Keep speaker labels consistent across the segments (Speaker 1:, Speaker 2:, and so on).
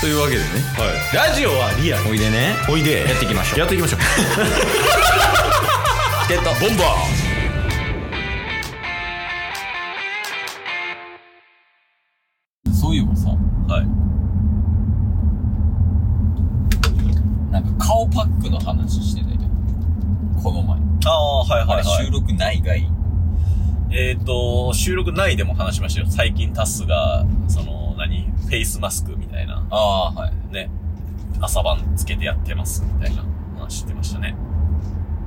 Speaker 1: というわけでね
Speaker 2: ラジオはリアル
Speaker 1: おいでね
Speaker 2: おいで
Speaker 1: やっていきましょう
Speaker 2: やっていきましょう
Speaker 1: チケットボンバーそういえばさ
Speaker 2: はい
Speaker 1: なんか顔パックの話してたよこの前
Speaker 2: ああはいはいは
Speaker 1: あれ収録ないがい
Speaker 2: いえっ、と収録内でも話しましたよ最近タスがその何フェイスマスクみたいな
Speaker 1: ああはい
Speaker 2: ね朝晩つけてやってますみたいな話してましたね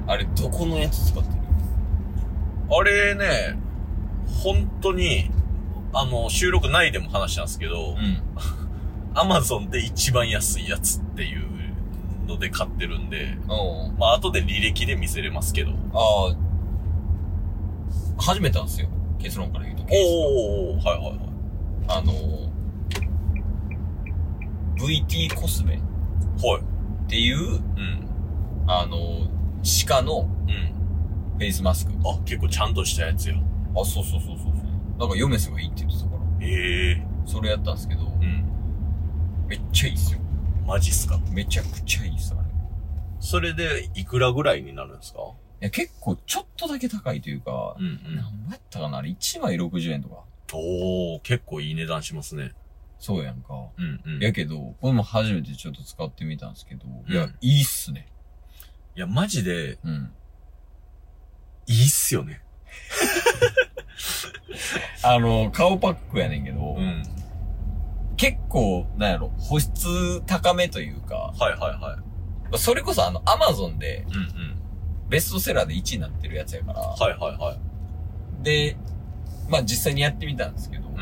Speaker 1: あれどこのやつ使ってる
Speaker 2: あれね本当にあの収録内でも話したんですけど、
Speaker 1: ん
Speaker 2: アマゾンで一番安いやつっていうので買ってるんで、
Speaker 1: おう
Speaker 2: まあ後で履歴で見せれますけど。
Speaker 1: ああ始めたんですよ結論から言うと
Speaker 2: おおはいはいはい。
Speaker 1: あの VT コスメっ
Speaker 2: はい。
Speaker 1: ていう
Speaker 2: うん。
Speaker 1: あの鹿の
Speaker 2: うん。
Speaker 1: フェイスマスク
Speaker 2: あ、結構ちゃんとしたやつや。
Speaker 1: あ、そうそうそうそうそう。だから、ヨメスがいいって言ってたから、
Speaker 2: ええ
Speaker 1: それやったんですけど、
Speaker 2: うん。
Speaker 1: めっちゃいいっすよ。
Speaker 2: マジっすか。
Speaker 1: めちゃくちゃいいっす、あれ。い
Speaker 2: それで、いくらぐらいになるんですか
Speaker 1: や、結構ちょっとだけ高いというか、
Speaker 2: んう
Speaker 1: 何。んぼやったかなあれ、1枚60円とか。
Speaker 2: おお結構いい値段しますね。
Speaker 1: そうやんか。
Speaker 2: うんう
Speaker 1: やけど、これも初めてちょっと使ってみたんですけど、
Speaker 2: うん
Speaker 1: いや、いいっすね。
Speaker 2: いや、マジで、
Speaker 1: うん。
Speaker 2: いいっすよね。
Speaker 1: あの、顔パックやねんけど、
Speaker 2: ん。
Speaker 1: 結構、なんやろ、保湿高めというか、
Speaker 2: はいはいは
Speaker 1: まあそれこそあの、アマゾンで
Speaker 2: い。うんうん。
Speaker 1: ベストセラーで1位になってるやつやから、
Speaker 2: はいはいはい。
Speaker 1: で、まあ実際にやってみたんですけど、
Speaker 2: うんうん。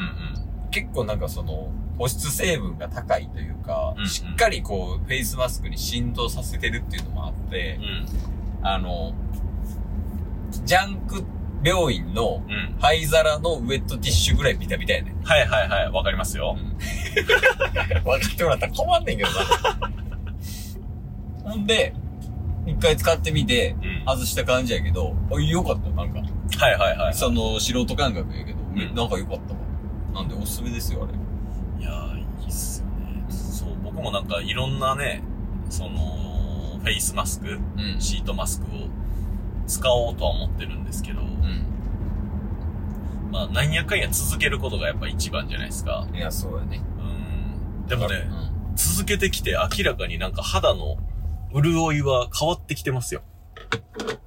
Speaker 1: 結構なんかその保湿成分が高いというか、
Speaker 2: うんうん
Speaker 1: しっかりこうフェイスマスクに浸透させてるっていうのもあって、
Speaker 2: うん。
Speaker 1: あの、ジャンク病院の
Speaker 2: うん。
Speaker 1: 灰皿のウェットティッシュぐらいビタビタやね。
Speaker 2: はいはいはい。わかりますよ。
Speaker 1: 分かってもらったら困んねんけど な。ほんで、一回使ってみて、
Speaker 2: うんは
Speaker 1: 外した感じやけど、あよかった、なんか。
Speaker 2: いはいはい。
Speaker 1: その、素人感覚やけど、め
Speaker 2: うん
Speaker 1: なんかよかったわ。なんでおすすめですよ、あれ。
Speaker 2: いやー、いいっすよね。そう、僕もなんかいろんなね、その、フェイスマスク、
Speaker 1: うん
Speaker 2: シートマスクを使おうとは思ってるんですけど、
Speaker 1: う
Speaker 2: まあ、なんやかんや続けることがやっぱ一番じゃないですか。
Speaker 1: ん。いや、そうやね。
Speaker 2: うん。でもね
Speaker 1: う、ん。
Speaker 2: 続けてきて明らかになんか肌の潤いは変わってきてますよ。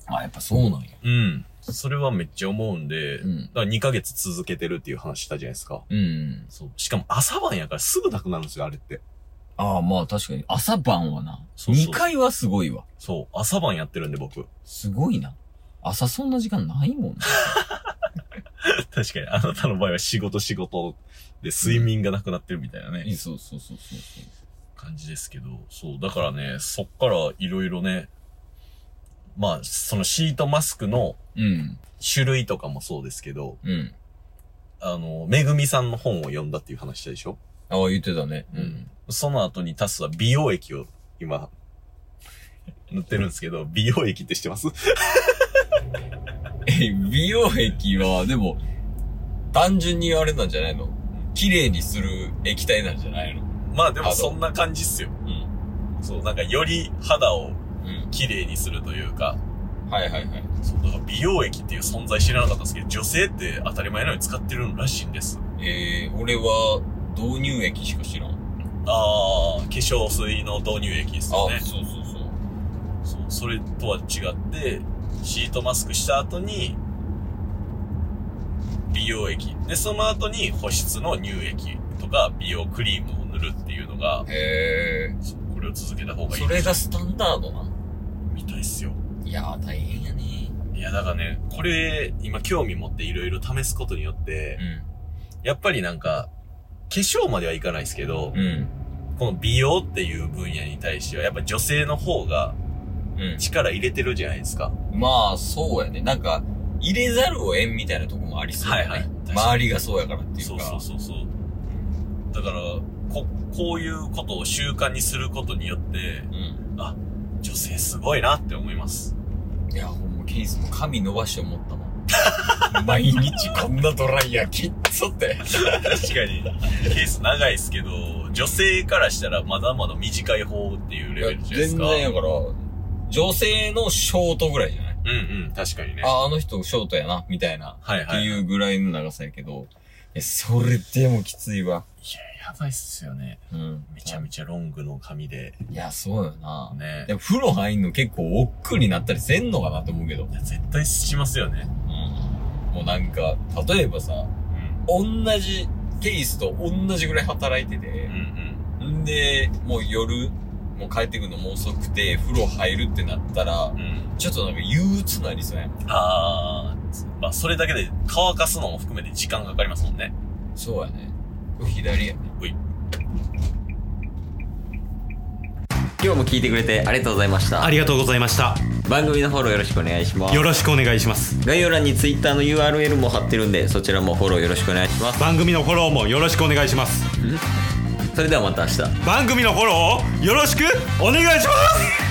Speaker 1: あ、やっぱそうなんや。
Speaker 2: うん。それはめっちゃ思うんで、
Speaker 1: うん。
Speaker 2: だから2ヶ月続けてるっていう話したじゃないですか。
Speaker 1: うん。
Speaker 2: そう。しかも朝晩やからすぐなくなるんですよ、あれって。
Speaker 1: ああ、まあ確かに。朝晩はな。
Speaker 2: そうそう
Speaker 1: 2回はすごいわ。
Speaker 2: そう。朝晩やってるんで僕。
Speaker 1: すごいな。朝そんな時間ないもんな。
Speaker 2: 確かに、あなたの場合は仕事仕事で睡眠がなくなってるみたいなね、
Speaker 1: え そうそうそうそうそう。
Speaker 2: 感じですけど、そう、だからね、そっからいろいろね、まあ、そのシートマスクの
Speaker 1: うん。
Speaker 2: 種類とかもそうですけど、
Speaker 1: うん。
Speaker 2: あの、めぐみさんの本を読んだっていう話したでしょ
Speaker 1: ああ、言ってたね。う
Speaker 2: うんん。その後にタスは美容液を今、塗ってるんですけど、 美容液って知ってます
Speaker 1: え、美容液は、でも、単純にあれなんじゃないの綺麗にする液体なんじゃないの
Speaker 2: まあでもそんな感じっすよ。
Speaker 1: うん。
Speaker 2: そう、なんかより肌を
Speaker 1: う
Speaker 2: 綺麗にするというか、
Speaker 1: ん。はいはいはい。
Speaker 2: そうだから美容液っていう存在知らなかったんですけど、女性って当たり前のように使ってるらしいんです。
Speaker 1: えー、俺は、導入液しか知らん。
Speaker 2: ああ、化粧水の導入液ですよね。
Speaker 1: そうそうそう。
Speaker 2: そう、それとは違って、シートマスクした後に、美容液。で、その後に保湿の乳液とか美容クリームを塗るっていうのが、
Speaker 1: へえ。
Speaker 2: そうこれを続けた方がいい
Speaker 1: それがスタンダードなん
Speaker 2: みたいっすよ。
Speaker 1: いやー、大変やね
Speaker 2: いや、だからね、これ、今興味持っていろいろ試すことによって、
Speaker 1: う
Speaker 2: やっぱりなんか、化粧まではいかないですけど、
Speaker 1: ん。うん。
Speaker 2: この美容っていう分野に対しては、やっぱ女性の方が
Speaker 1: う
Speaker 2: 力入れてるじゃないですか。
Speaker 1: ん。まあ、そうやね。なんか、入れざるを得んみたいなとこもありそうやね。
Speaker 2: はいはい確かに
Speaker 1: 周りがそうやからっていうか。
Speaker 2: そうそうそうそう。だから、こ、こういうことを習慣にすることによって、
Speaker 1: うん。
Speaker 2: 女性すごいなって思います。
Speaker 1: いや、ほんま、ケイスも髪伸ばして思ったもん。 毎日こんなドライヤーきっつって。
Speaker 2: 確かに。ケース長いですけど、女性からしたらまだまだ短い方っていうレベルじゃないです
Speaker 1: 全
Speaker 2: か。
Speaker 1: 然やから、女性のショートぐらいじゃない
Speaker 2: うんうん、確かにね。
Speaker 1: あ、あの人ショートやな、みたいな。
Speaker 2: はい
Speaker 1: って
Speaker 2: はい。
Speaker 1: いうぐらいの長さやけど、え、それでもきついわ。
Speaker 2: やばいっすよね。
Speaker 1: うん。
Speaker 2: めちゃめちゃロングの髪で。
Speaker 1: いや、そうよな。
Speaker 2: ね
Speaker 1: で。も風呂入んの結構億劫になったりせんのかなと思うけど。
Speaker 2: いや絶対しますよね。
Speaker 1: うん。もうなんか、例えばさ、
Speaker 2: うん。
Speaker 1: 同じケースと同じぐらい働いて
Speaker 2: う
Speaker 1: て
Speaker 2: んう、ん。
Speaker 1: んで、もう夜、もう帰ってくるのも遅くて、風呂入るってなったら
Speaker 2: う、ん。
Speaker 1: ちょっとなんか憂鬱なりそうやん。
Speaker 2: あー、まあ、それだけで乾かすのも含めて時間かかりますもんね。
Speaker 1: そうやね。左やね。
Speaker 3: 今日も聞いてくれてありがとうございました
Speaker 4: ありがとうございました
Speaker 3: 番組のフォローよろしくお願いします
Speaker 4: よろしくお願いします
Speaker 3: 概要欄に Twitter の URL も貼ってるんでそちらもフォローよろしくお願いします
Speaker 4: 番組のフォローもよろしくお願いします
Speaker 3: それではまた明日
Speaker 4: 番組のフォローをよろしくお願いします